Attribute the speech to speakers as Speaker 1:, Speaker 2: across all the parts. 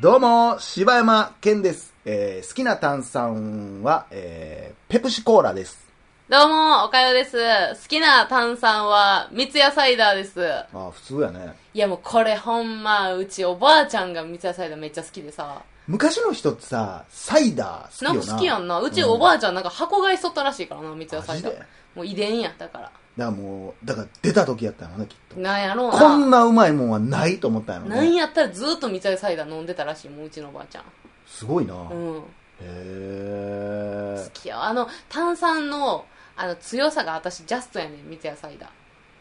Speaker 1: どうも、柴山健です。えー好きな炭酸は、えーペプシコーラです。
Speaker 2: どうも、おかよです。好きな炭酸は、三ツ矢サイダーです。
Speaker 1: ああ、普通やね。
Speaker 2: いやもうこれほんま、うちおばあちゃんが三ツ矢サイダーめっちゃ好きでさ。
Speaker 1: 昔の人ってさ、サイダー
Speaker 2: な
Speaker 1: 好きよ
Speaker 2: ん
Speaker 1: な。
Speaker 2: か好きやんな。うち
Speaker 1: うん
Speaker 2: おばあちゃんなんか箱買いしとったらしいからな、三ツ矢サイダ
Speaker 1: マジ
Speaker 2: ー
Speaker 1: で。
Speaker 2: もう遺伝や、だから。
Speaker 1: だからもう、だから出た時やったのね、きっと。
Speaker 2: なんやろうな。
Speaker 1: こんなうまいもんはないと思ったんや
Speaker 2: な
Speaker 1: ろ
Speaker 2: ん
Speaker 1: ね。
Speaker 2: やったらずっと三ツ矢サイダー飲んでたらしい、もううちのおばあちゃん。
Speaker 1: すごいな。
Speaker 2: う
Speaker 1: へ
Speaker 2: ん。
Speaker 1: え
Speaker 2: 好。きや。あの、炭酸の、あの、強さが私ジャストやねん、三ツ矢サイダー。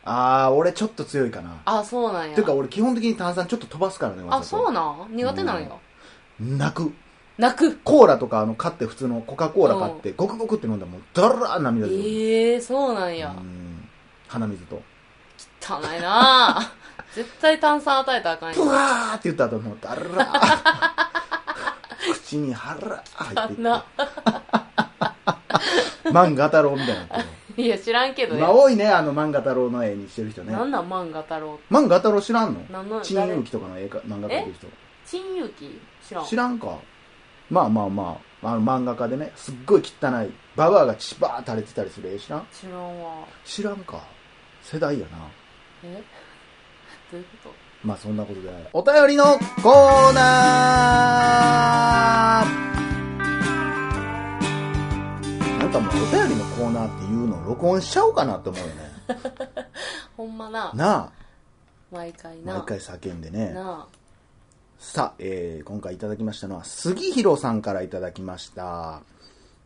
Speaker 1: ああ、俺ちょっと強いかな。
Speaker 2: あ、そうなんや。
Speaker 1: てか俺基本的に炭酸ちょっと飛ばすからね、
Speaker 2: あ、そう
Speaker 1: な
Speaker 2: なん苦手なんよ。
Speaker 1: 泣く。
Speaker 2: 泣く。
Speaker 1: コーラとかあの買って普通のコカ・コーラ買ってゴクゴクって飲んだらもうダラー涙出てくる
Speaker 2: ええー、そうなんや。
Speaker 1: うん鼻水と
Speaker 2: 汚いなぁ 絶対炭酸与えたらあかん
Speaker 1: ブ
Speaker 2: よ
Speaker 1: ワーって言った後もうダラー 口に腹入ってい
Speaker 2: な
Speaker 1: って漫画太郎みたいになって
Speaker 2: いや知らんけど
Speaker 1: る
Speaker 2: ね
Speaker 1: 今多いねあの漫画太郎の絵にしてる人ね
Speaker 2: なんなん漫画太郎って
Speaker 1: 漫画太郎知らんの
Speaker 2: なんなん
Speaker 1: 陳勇気とかの絵か漫画描いてる
Speaker 2: 陳勇気知らん
Speaker 1: 人知らんかまあまあまああの漫画家でねすっごい汚いババアが血バー垂れてたりする絵知らん
Speaker 2: 知らんわ
Speaker 1: 知らんか世代やな
Speaker 2: え どういうこ
Speaker 1: まあそんなことで、お便りのコーナーなんかもうお便りのコーナーっていうのを録音しちゃおうかなって思 うよね。
Speaker 2: とほんまな
Speaker 1: なあ、
Speaker 2: 毎回な
Speaker 1: 毎回叫んでね。
Speaker 2: な
Speaker 1: さあ、えー今回いただきましたのは、杉弘さんからいただきました。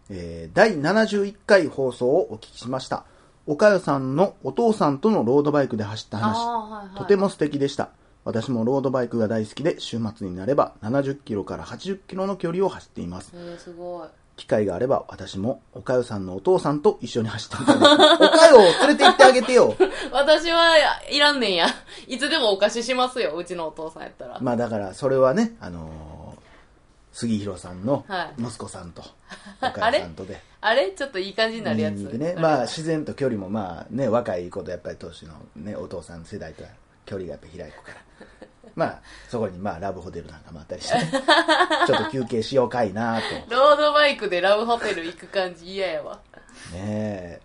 Speaker 1: えー第71回放送をお聞きしました。岡代さんのお父さんとのロードバイクで走った
Speaker 2: あ
Speaker 1: 話。
Speaker 2: あはいはい
Speaker 1: とても素敵でした。私もロードバイクが大好きで、週末になれば70キロから80キロの距離を走っています。
Speaker 2: えー、すごい
Speaker 1: 機会があれば、私も、おかよさんのお父さんと一緒に走ってみたいです。おかよを連れて行ってあげてよ。
Speaker 2: 私はいらんねんやいつでもお貸ししますようちのお父さんやったら
Speaker 1: まあだから、それはね、あのー杉弘さんの
Speaker 2: はい
Speaker 1: 息子 さんと、
Speaker 2: あ
Speaker 1: おかよさんとで、
Speaker 2: あれちょっといい感じになるやつ
Speaker 1: 人間でね、まあ自然と距離もまあね、若い子とやっぱり当時のね、お父さん世代とは距離がやっぱ開くから。 まあ、そこにまあラブホテルなんかもあったりして、ね、ちょっと休憩しようかいなと。
Speaker 2: ロードバイクでラブホテル行く感じ嫌やわ、
Speaker 1: ね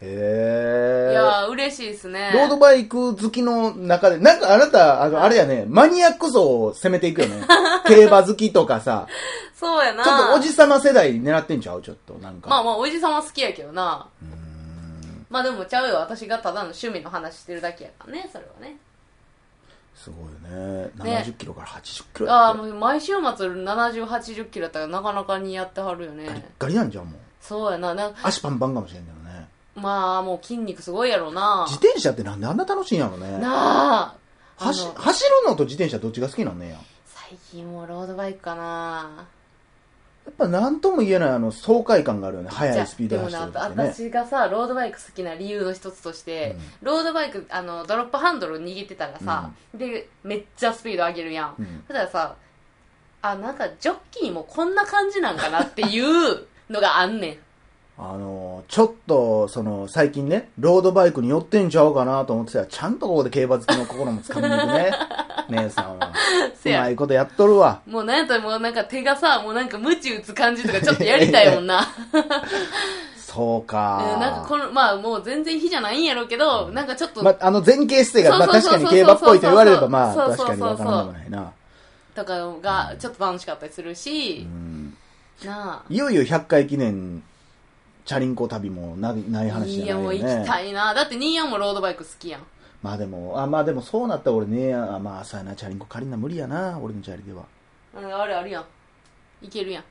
Speaker 1: え。
Speaker 2: い
Speaker 1: へ
Speaker 2: やー嬉しいですね
Speaker 1: え。ロードバイク好きの中で、なんかあなた、あの、あれやね、マニアック像を攻めていくよね。 競馬好きとか さ、
Speaker 2: そうやな
Speaker 1: ちょっとおじさま世代狙ってんちゃうちょっと、なんか。
Speaker 2: まあまあ、おじさんは好きやけどな。まあでもちゃうよ。私がただの趣味の話してるだけやからね、それはね。
Speaker 1: すごいよね。
Speaker 2: ね
Speaker 1: 70キロから80キロ
Speaker 2: あ
Speaker 1: や
Speaker 2: あ、
Speaker 1: って。
Speaker 2: もう毎週末70、80キロやったらなかなかにやってはるよ
Speaker 1: ガリッ
Speaker 2: ね。
Speaker 1: ガリなんじゃん、もう。
Speaker 2: そうやな。なんか
Speaker 1: 足パンパンかもしれんけどね。
Speaker 2: まあ、もう筋肉すごいやろうな。
Speaker 1: 自転車ってなんであんな楽しいんやろね。
Speaker 2: なあ。あ
Speaker 1: 走
Speaker 2: の、
Speaker 1: 走るのと自転車どっちが好きなんねや。
Speaker 2: 最近もうロードバイクかな。
Speaker 1: やっぱなんとも言えないあの爽快感があるよね。速
Speaker 2: じゃ
Speaker 1: い
Speaker 2: あ
Speaker 1: スピードで走ってる
Speaker 2: でも
Speaker 1: と
Speaker 2: な
Speaker 1: ね。
Speaker 2: 私がさロードバイク好きな理由の一つとして、ロードバイクあのドロップハンドル握ってたらさ、でめっちゃスピード上げるやん、
Speaker 1: うん
Speaker 2: そしたらさあなんかジョッキーもこんな感じなんかなっていうのがあんねん
Speaker 1: あの、ちょっと、その、最近ね、ロードバイクに寄ってんちゃうかなと思ってたら、ちゃんとここで競馬好きの心も掴みに行 くね。姉さんは。う
Speaker 2: せや
Speaker 1: まいことやっとるわ。
Speaker 2: もうなんや ったらもうなんか手がさもうなんかムチ打つ感じとかちょっとやりたいもんな
Speaker 1: そう
Speaker 2: うん
Speaker 1: か。
Speaker 2: なんかこのまあもう全然火じゃないんやろうけど、なんかちょっと、
Speaker 1: ま、あの前傾姿勢が、まあ
Speaker 2: そう
Speaker 1: 確
Speaker 2: そうそ
Speaker 1: か
Speaker 2: う
Speaker 1: に競馬っぽいと言われれば、
Speaker 2: そうそう
Speaker 1: まあ
Speaker 2: そうそう
Speaker 1: 確かにわからんでもないな。
Speaker 2: とかがちょっと楽しかったりするし、なあ
Speaker 1: いよいよ100回記念、チャリンコ旅もなない話じ
Speaker 2: い
Speaker 1: ゃ
Speaker 2: や
Speaker 1: ない
Speaker 2: も
Speaker 1: よ
Speaker 2: う
Speaker 1: ね。
Speaker 2: 行きたいなだってニーヤンもロードバイク好きやん
Speaker 1: まあでも、あ、まあでもそうなったら俺ね、あまあ朝やな、チャリンコ借りんな無理やな、俺のチャリでは。
Speaker 2: うんあれあるやんいけるやん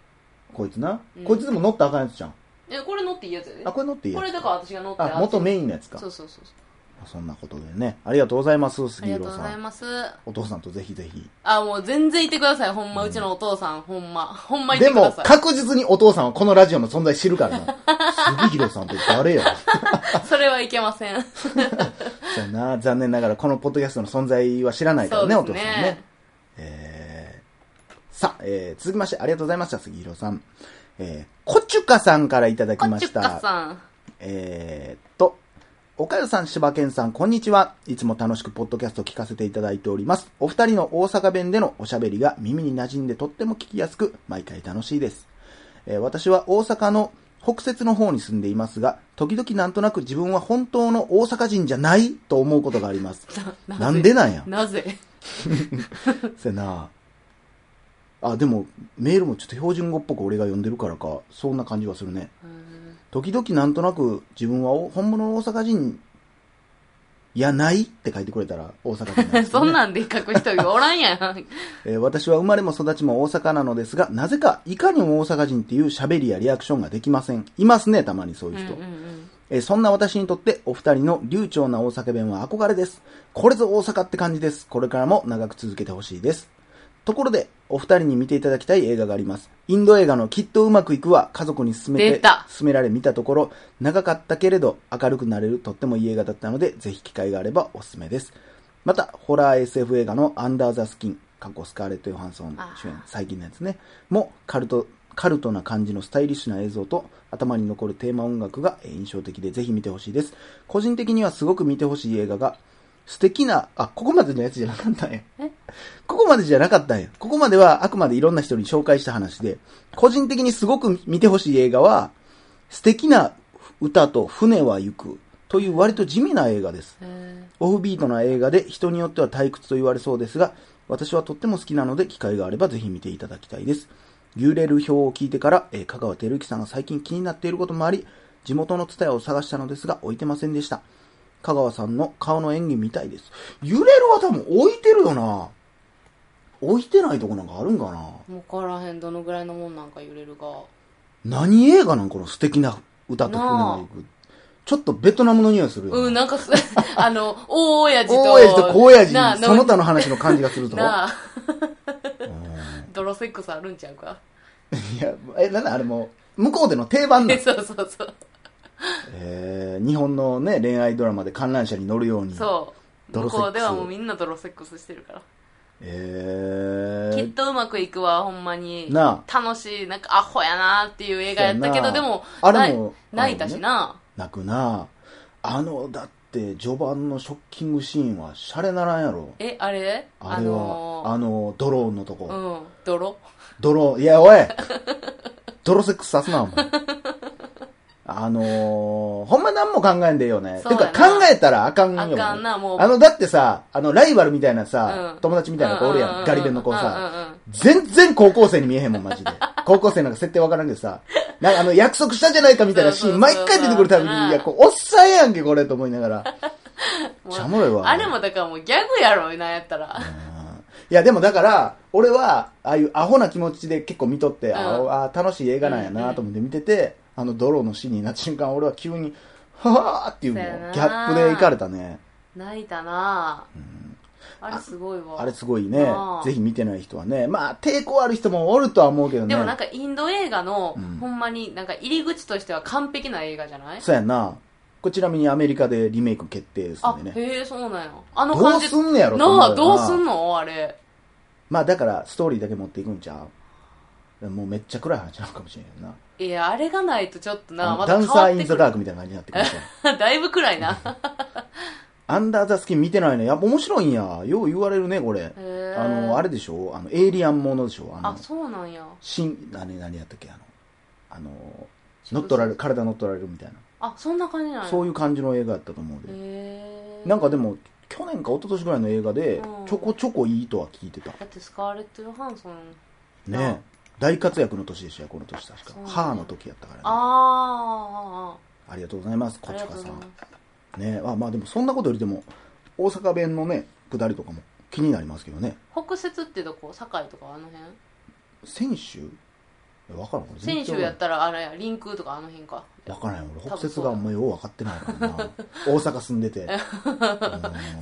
Speaker 1: こいつな。こいつでも乗ったらあかんやつじゃん。
Speaker 2: えこれ乗っていいやつやで
Speaker 1: あ、これ乗っていいや
Speaker 2: こ
Speaker 1: つ
Speaker 2: れだから私が乗って
Speaker 1: あ、元メ
Speaker 2: イ
Speaker 1: インのやつか。
Speaker 2: そうそうそうそう
Speaker 1: そんなことでね。ありがとうございます、
Speaker 2: あ
Speaker 1: 杉
Speaker 2: りがとう
Speaker 1: 浦
Speaker 2: ご
Speaker 1: さ
Speaker 2: ざい
Speaker 1: ん。
Speaker 2: ます
Speaker 1: お父さんとぜひぜひ。
Speaker 2: あもう全然いてくださいほんま、うちのお父さんほんまほんまいて
Speaker 1: で
Speaker 2: くだ
Speaker 1: も、
Speaker 2: さい
Speaker 1: 確実にお父さんはこのラジオの存在知るからな。杉弘さんって誰よ。
Speaker 2: それはいけません
Speaker 1: そうやな、残念ながらこのポッドキャストの存在は知らないからね、
Speaker 2: そ
Speaker 1: お
Speaker 2: う
Speaker 1: 父
Speaker 2: です
Speaker 1: さん
Speaker 2: ね
Speaker 1: ね。えー、さあ、えー、続きましてありがとうございました、杉弘さん。えー、コチュカさんからいただき
Speaker 2: こ
Speaker 1: ま
Speaker 2: っちゅっ
Speaker 1: し
Speaker 2: か
Speaker 1: た。
Speaker 2: さん
Speaker 1: えーっと、おかよさん、柴犬さん、こんにちは。いつも楽しくポッドキャストを聞かせていただいております。お二人の大阪弁でのおしゃべりが耳に馴染んでとっても聞きやすく、毎回楽しいです。えー私は大阪の北節の方に住んでいますが、時々なんとなく自分は本当の大阪人じゃないと思うことがあります。
Speaker 2: な
Speaker 1: なんでなんや。
Speaker 2: なぜ
Speaker 1: せなあ、でも、メールもちょっと標準語っぽく俺が読んでるからか、そんな感じはするね。
Speaker 2: うん
Speaker 1: 時々なんとなく自分はお本物の大阪人いやないって書いてくれたら大阪人なんですけどね
Speaker 2: そんなんで書く人おら んやん。
Speaker 1: えー私は生まれも育ちも大阪なのですが、なぜかいかにも大阪人っていう喋りやリアクションができません。いますね、たまにそう
Speaker 2: うん
Speaker 1: いう
Speaker 2: うん
Speaker 1: 人。
Speaker 2: うん
Speaker 1: えーそんな私にとってお二人の流暢な大阪弁は憧れです。これぞ大阪って感じです。これからも長く続けてほしいです。ところで、お二人に見ていただきたい映画があります。インド映画のきっとうまくいくは家族に勧め
Speaker 2: 出
Speaker 1: て
Speaker 2: た、
Speaker 1: 勧められ見たところ、長かったけれど明るくなれるとってもいい映画だったので、ぜひ機会があればおすすめです。また、ホラー SF 映画のアンダーザスキン、過去スカーレット・ヨハンソン主演
Speaker 2: あー、
Speaker 1: 最近のやつね、もカルト、カルトな感じのスタイリッシュな映像と頭に残るテーマ音楽がえー印象的でぜひ見てほしいです。個人的にはすごく見てほしい映画が素敵な、あ、ここまでのやつじゃなかったんや。
Speaker 2: え
Speaker 1: ここまでじゃなかったんや。ここまではあくまでいろんな人に紹介した話で、個人的にすごく見てほしい映画は素敵な歌と船は行くという割と地味な映画です。
Speaker 2: へ
Speaker 1: オフビートな映画で人によっては退屈と言われそうですが、私はとっても好きなので機会があればぜひ見ていただきたいです。揺れる表を聞いてから、えー香川照之さんが最近気になっていることもあり、地元のツタヤを探したのですが置いてませんでした。香川さんの顔の演技見たいです。揺れるは多分置いてるよな置いてないとこなんかあるんかな
Speaker 2: えわからへん、どのぐらいのもんなんか揺れるが。
Speaker 1: 何映画なんこの素敵な歌と船が行く。ちょっとベトナムの匂いするよな。
Speaker 2: うん、なんかす、 あの、大親父と。
Speaker 1: 大親父と小親父
Speaker 2: なあ
Speaker 1: にその他の話の感じがするぞ。
Speaker 2: なあ、
Speaker 1: うん
Speaker 2: 泥セックスあるんちゃうか。
Speaker 1: いや、え、なんだあれもう、向こうでの定番なの
Speaker 2: そうそうそう。
Speaker 1: えー、日本のね、恋愛ドラマで観覧車に乗るように。う。
Speaker 2: そう。
Speaker 1: 泥
Speaker 2: 向
Speaker 1: セックス
Speaker 2: こうではもうみんな泥セックスしてるから。
Speaker 1: え
Speaker 2: きっ
Speaker 1: ー、
Speaker 2: とうまくいくわ、ほんまに。
Speaker 1: な
Speaker 2: 楽しい、なんかアホやなっていう映画やったけ
Speaker 1: そうや
Speaker 2: ど、
Speaker 1: な
Speaker 2: でも、
Speaker 1: あれも
Speaker 2: な泣いたしな。
Speaker 1: 泣くなあの、だって、序盤のショッキングシーンは、シャレならんやろ。
Speaker 2: え、あれ
Speaker 1: あれは
Speaker 2: の、ー
Speaker 1: あの、ドローンのとこ。
Speaker 2: うん、泥
Speaker 1: ドロー、い や、おい泥セックスさすな、お前。あのー、ほんま何も考えんでいいよね。
Speaker 2: そうや
Speaker 1: て
Speaker 2: な
Speaker 1: か、考えたらあかんよ。
Speaker 2: あかんな、もう。
Speaker 1: あの、だってさ、あの、ライバルみたいなさ、
Speaker 2: うん
Speaker 1: 友達みたいな子おるやん。
Speaker 2: うううう
Speaker 1: ガリベンの子さ、
Speaker 2: うんうんうん
Speaker 1: 全然高校生に見えへんもん、マ ジで。高校生なんか設定わからんけどさ、なんかあの、約束したじゃないかみたいなシーン、
Speaker 2: そう
Speaker 1: 毎
Speaker 2: そうそう
Speaker 1: 回出てくるたびに、いや、こう、おっさんやんけ、これ、と思いながら。
Speaker 2: も
Speaker 1: ち
Speaker 2: う
Speaker 1: ゃおもろいわ。
Speaker 2: あれもだからもうギャグやろ、なんやったら。
Speaker 1: いや、でもだから、俺は、ああいうアホな気持ちで結構見とって、
Speaker 2: ん
Speaker 1: ああ楽しい映画なんやなと思って見てて、あの、ドローのシーンになった瞬間、俺は急に、はぁーっていうもう
Speaker 2: そうやな
Speaker 1: ギャップで行かれたね。
Speaker 2: 泣いたなぁ、あれすごいわ。
Speaker 1: あれすごいね
Speaker 2: あ。ー
Speaker 1: ぜひ見てない人はね。まあ、抵抗ある人もおるとは思うけどね。
Speaker 2: でもなんかインド映画の、
Speaker 1: うん
Speaker 2: ほんまになんか入り口としては完璧な映画じゃない、
Speaker 1: そうやんな。これちなみにアメリカでリメイク決定です
Speaker 2: あ
Speaker 1: んでね。
Speaker 2: へえそうなんやあの
Speaker 1: ど
Speaker 2: 感
Speaker 1: う
Speaker 2: じ
Speaker 1: すんねやろと思う
Speaker 2: な
Speaker 1: よ
Speaker 2: あどうすんのあれ
Speaker 1: まあだから、ストーリーだけ持っていくんちゃうもうめっちゃ暗い話なのかもしれんない
Speaker 2: やあれがないとちょっと
Speaker 1: な。
Speaker 2: なま
Speaker 1: ダン
Speaker 2: た変
Speaker 1: サ
Speaker 2: わ
Speaker 1: ー
Speaker 2: っ
Speaker 1: イン
Speaker 2: て
Speaker 1: ザ
Speaker 2: く
Speaker 1: ダークみたいな感じになってくるんちゃう
Speaker 2: る だいぶ暗 いな
Speaker 1: アンダーザスキン見てないのやっぱ面白いんや。よう言われるね、これ。
Speaker 2: へ
Speaker 1: あの、あ
Speaker 2: れ
Speaker 1: れでしょあの、エイリアンものでしょあ
Speaker 2: あ
Speaker 1: の、
Speaker 2: そうなんや
Speaker 1: 新、何、何やったっけあの、あの、乗っ取られる、体乗っ取られるみたい
Speaker 2: あそんな感じなん
Speaker 1: な。
Speaker 2: や
Speaker 1: そう
Speaker 2: う
Speaker 1: いう感じの映画やったと思うで。
Speaker 2: へえ
Speaker 1: なんかでも、去年か一昨年ぐらいの映画で
Speaker 2: う、ん
Speaker 1: ちょこちょこいいとは聞いてた。
Speaker 2: だってスカーレット・ヨハンソン
Speaker 1: ね大活躍の年でしたよ、この年確か
Speaker 2: そう。ね
Speaker 1: 母の時やったからね。
Speaker 2: あ
Speaker 1: ありがとうございます、
Speaker 2: ーあーあーあ
Speaker 1: こ
Speaker 2: り
Speaker 1: ち
Speaker 2: が
Speaker 1: か
Speaker 2: とうご
Speaker 1: さ
Speaker 2: ざいます
Speaker 1: ん。ねあまあでもそんなことよりでも、大阪弁のね、下りとかも気になりますけどね。
Speaker 2: 北節ってどこ堺とかあの辺
Speaker 1: 選手えわからん、これ
Speaker 2: 泉
Speaker 1: 全然
Speaker 2: 州やったらあれや臨空とかあの辺か
Speaker 1: わからんよ。俺、北節があんまよう分かってないから な。大阪住んでて。うんわ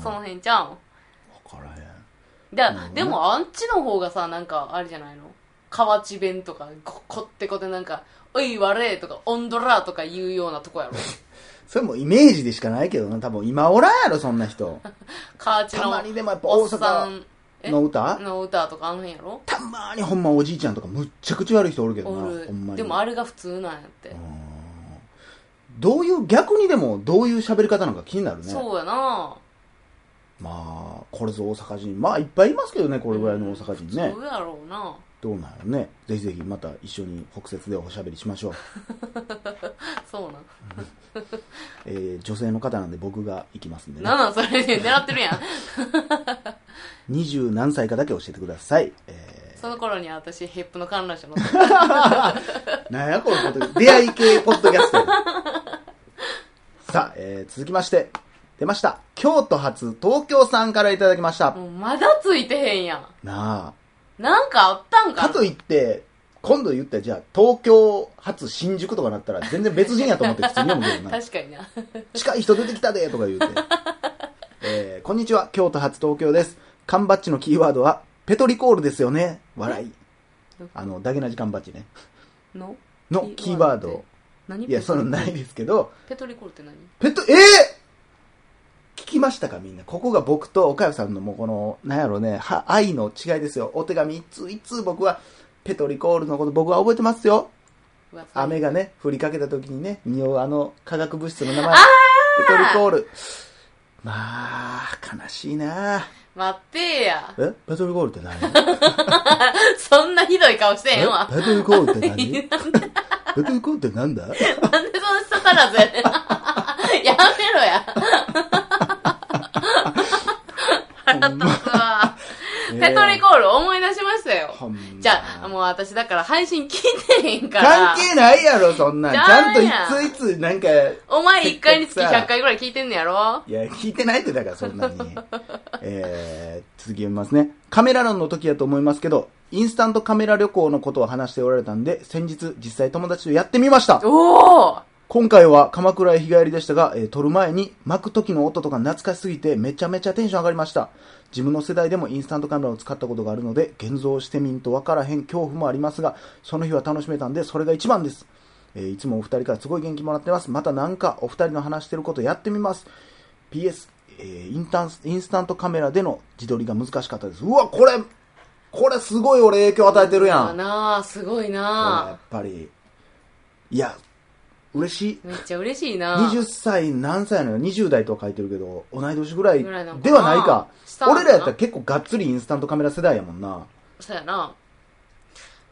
Speaker 2: その辺ちゃうん
Speaker 1: からへん。
Speaker 2: で
Speaker 1: うん
Speaker 2: でもあっちの方がさなんかあれじゃないの河内弁とかここってこてなんか「おい悪い」とか「オンドラ」とか言うようなとこやろ
Speaker 1: それもイメージでしかないけどな。多分今おらんやろ、そんな人。
Speaker 2: 河内
Speaker 1: たま
Speaker 2: の
Speaker 1: にでもやっぱ
Speaker 2: お
Speaker 1: 大
Speaker 2: っさ
Speaker 1: 阪
Speaker 2: ん
Speaker 1: の歌
Speaker 2: の歌とかあの辺やろ
Speaker 1: たまにほんまおじいちゃんとかむっちゃ口悪い人おるけど
Speaker 2: お
Speaker 1: な。ほんま
Speaker 2: る
Speaker 1: に。
Speaker 2: でもあれが普通なんやって
Speaker 1: うんどういう、逆にでもどういう喋り方なんか気になるね。
Speaker 2: そうやな
Speaker 1: まあ、これぞ大阪人。まあ、いっぱいいますけどね、これぐらいの大阪人ね
Speaker 2: そ。うやろうな
Speaker 1: どうなんやろね。ぜひぜひまた一緒に北節でおしゃべりしましょう。
Speaker 2: そうなん
Speaker 1: えー女性の方なんで僕が行きますんでね
Speaker 2: なん。なんそれ狙ってるやん
Speaker 1: 二十何歳かだけ教えてください。え
Speaker 2: その頃に私ヘップの観覧車乗って
Speaker 1: ー、なんやこのポッドキャスト出会い系ポッドキャスト。さあ、えー続きまして、出ました。京都発東京さんからいただきました。
Speaker 2: もうまだついてへんやん
Speaker 1: な
Speaker 2: なんかあったん
Speaker 1: あ。
Speaker 2: かな
Speaker 1: かといって、今度言ったらじゃあ、東京発新宿とかなったら全然別人やと思って普通に読むけどな。
Speaker 2: 確かにな
Speaker 1: 近い人出てきたでとか言うて。 えーこんにちは、京都発東京です。缶バッジのキーワードは、ペトリコールですよね。笑い。あの、ダゲな時間バッジね。
Speaker 2: の
Speaker 1: のキーワード。
Speaker 2: 何
Speaker 1: いや、そのないですけど、
Speaker 2: ペトリコールって何
Speaker 1: ペット、えー聞きましたかみんな。ここが僕と岡谷さんのもうこの、なんやろうね、は愛の違いですよ。お手紙一通一通僕は、ペトリコールのこと僕は覚えてますよ。
Speaker 2: うわそう
Speaker 1: 雨がね、降りかけた時にね、匂うあの化学物質の名前。ペトリコール。まあ、悲しいな
Speaker 2: 待ってや
Speaker 1: えペトリコールって何
Speaker 2: そんなひどい顔してへんわ
Speaker 1: えペトリコールって何
Speaker 2: いや
Speaker 1: ペトリコールって なんだ
Speaker 2: なんでその人からずやねん やめろ や腹立つわペトリコール思い出しましたよ
Speaker 1: ほんま
Speaker 2: じゃあもう私だから配信聞いてへんから
Speaker 1: 関係ないやろ、そんなん。ち
Speaker 2: ちゃ
Speaker 1: ゃん
Speaker 2: う
Speaker 1: と
Speaker 2: やん
Speaker 1: 一通一通、なんか、い
Speaker 2: お前1回につき
Speaker 1: せっかくさ
Speaker 2: 100回ぐらい聞いてんのやろ
Speaker 1: や、聞いてないって、だからそんなに。えー、続き読みますね。カメラ論の時やと思いますけど、インスタントカメラ旅行のことを話しておられたんで、先日実際友達とやってみました。
Speaker 2: おお
Speaker 1: 今回は鎌倉へ日帰りでしたが、えー撮る前に巻く時の音とか懐かしすぎてめちゃめちゃテンション上がりました。自分の世代でもインスタントカメラを使ったことがあるので、現像してみんとわからへん恐怖もありますが、その日は楽しめたんで、それが一番です。えーいつもお二人からすごい元気もらってます。またなんかお二人の話してることやってみます。PS、えーインタンインスタントカメラでの自撮りが難しかったです。うわ、これ、これすごい俺影響与えてるやん。こ
Speaker 2: なあすごい
Speaker 1: れや
Speaker 2: な
Speaker 1: っぱり。いや、嬉しい。
Speaker 2: めっちゃ嬉しいな
Speaker 1: 20歳何歳なの20代とは書いてるけど同い年ぐらい
Speaker 2: ぐらいなのかな
Speaker 1: ではないか
Speaker 2: 下なのか
Speaker 1: 俺
Speaker 2: な
Speaker 1: らやったら結構がっつりインスタントカメラ世代やもんな、
Speaker 2: そうやな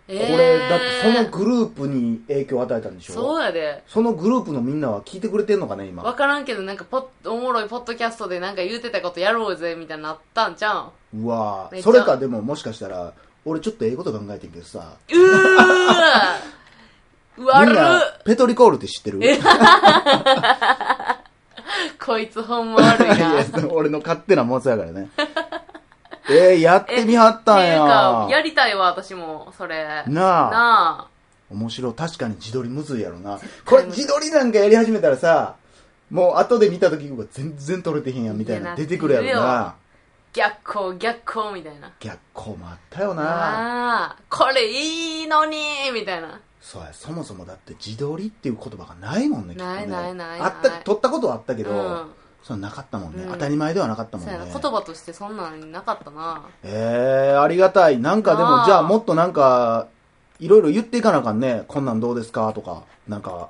Speaker 2: え
Speaker 1: 俺だってそのグループに影響を与えたんでしょ
Speaker 2: そうやで
Speaker 1: そのグループのみんなは聞いてくれてんのかね
Speaker 2: わ
Speaker 1: 今
Speaker 2: からんけどなんかポッおもろいポッドキャストでなんか言うてたことやろうぜみたいになったんじゃ ん
Speaker 1: うわ
Speaker 2: めっち
Speaker 1: そ
Speaker 2: ゃ
Speaker 1: れかでももしかしたら俺ちょっとええこと考えてんけどさ
Speaker 2: うー
Speaker 1: み
Speaker 2: 悪
Speaker 1: んな
Speaker 2: っ
Speaker 1: ペトリコールって知ってるい
Speaker 2: こいつほんま悪いな
Speaker 1: や
Speaker 2: って
Speaker 1: 俺の勝手な妄想やから ねえー、やってみはったん
Speaker 2: いうかや
Speaker 1: や
Speaker 2: りたいわ私もそれな
Speaker 1: なあ
Speaker 2: あ
Speaker 1: 面白い確かに自撮りむずいやろなこれ自撮りなんかやり始めたらさもう後で見た時うわ全然撮れてへんやんみたい
Speaker 2: い
Speaker 1: な
Speaker 2: や
Speaker 1: 出てくるやろな
Speaker 2: 逆光逆光みたいな
Speaker 1: 逆光もあったよな
Speaker 2: ああこれいいのにみたいな
Speaker 1: そうやそもそもだって自撮りっていう言葉がないもんねきっとね
Speaker 2: ないないないない
Speaker 1: あった撮ったことはあったけど、
Speaker 2: うん
Speaker 1: それなかったもんね、
Speaker 2: うん
Speaker 1: 当たり前ではなかったもん
Speaker 2: そう
Speaker 1: ね
Speaker 2: やな言葉としてそんなんなかったな
Speaker 1: えー、ありがたいなんかで
Speaker 2: な
Speaker 1: も
Speaker 2: あ
Speaker 1: じゃあもっとなんかいろいろ言っていかなあかんねこんなんどうですかとかなんか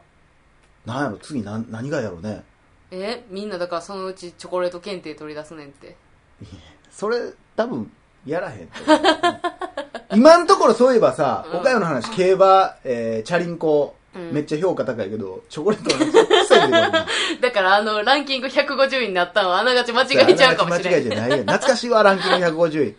Speaker 1: なんやろ次なん何がやろうね
Speaker 2: えみんなだからそのうちチョコレート検定取り出すねんって
Speaker 1: それ多分やらへんと思う今のところそういえばさ、
Speaker 2: うん
Speaker 1: 岡山の話競馬、えーチャリンコ、
Speaker 2: うん
Speaker 1: めっちゃ評価高いけどチョコレートの話くせえでこんな
Speaker 2: だからあのランキング150位になったのはあながち間違えちゃうかもしれな
Speaker 1: 間違
Speaker 2: い
Speaker 1: いじゃないよ懐かしいわランキング150位、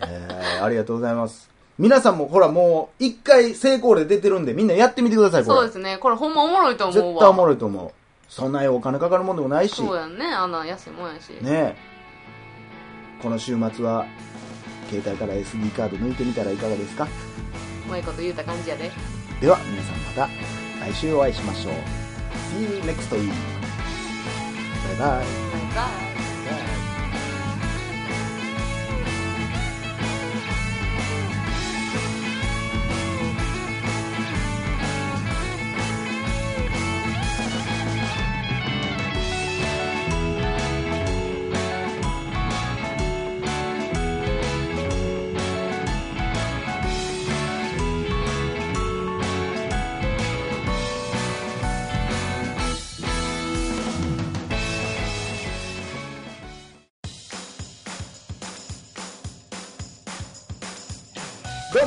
Speaker 1: えーありがとうございます皆さんもほらもう一回成功例出てるんでみんなやってみてくださいこれ
Speaker 2: そうですねこれほんまおもろいと思うわ
Speaker 1: 絶対おもろいと思うそんなにお金かかるもんでもないし
Speaker 2: そうやんねあんな安いもんやし、
Speaker 1: ねえこの週末は携帯から SD カード抜いてみたらいかがですか
Speaker 2: うまいこと言うた感じやで
Speaker 1: では皆さんまた来週お会いしましょう See you next week! バイバイ
Speaker 2: バイバイ
Speaker 1: どう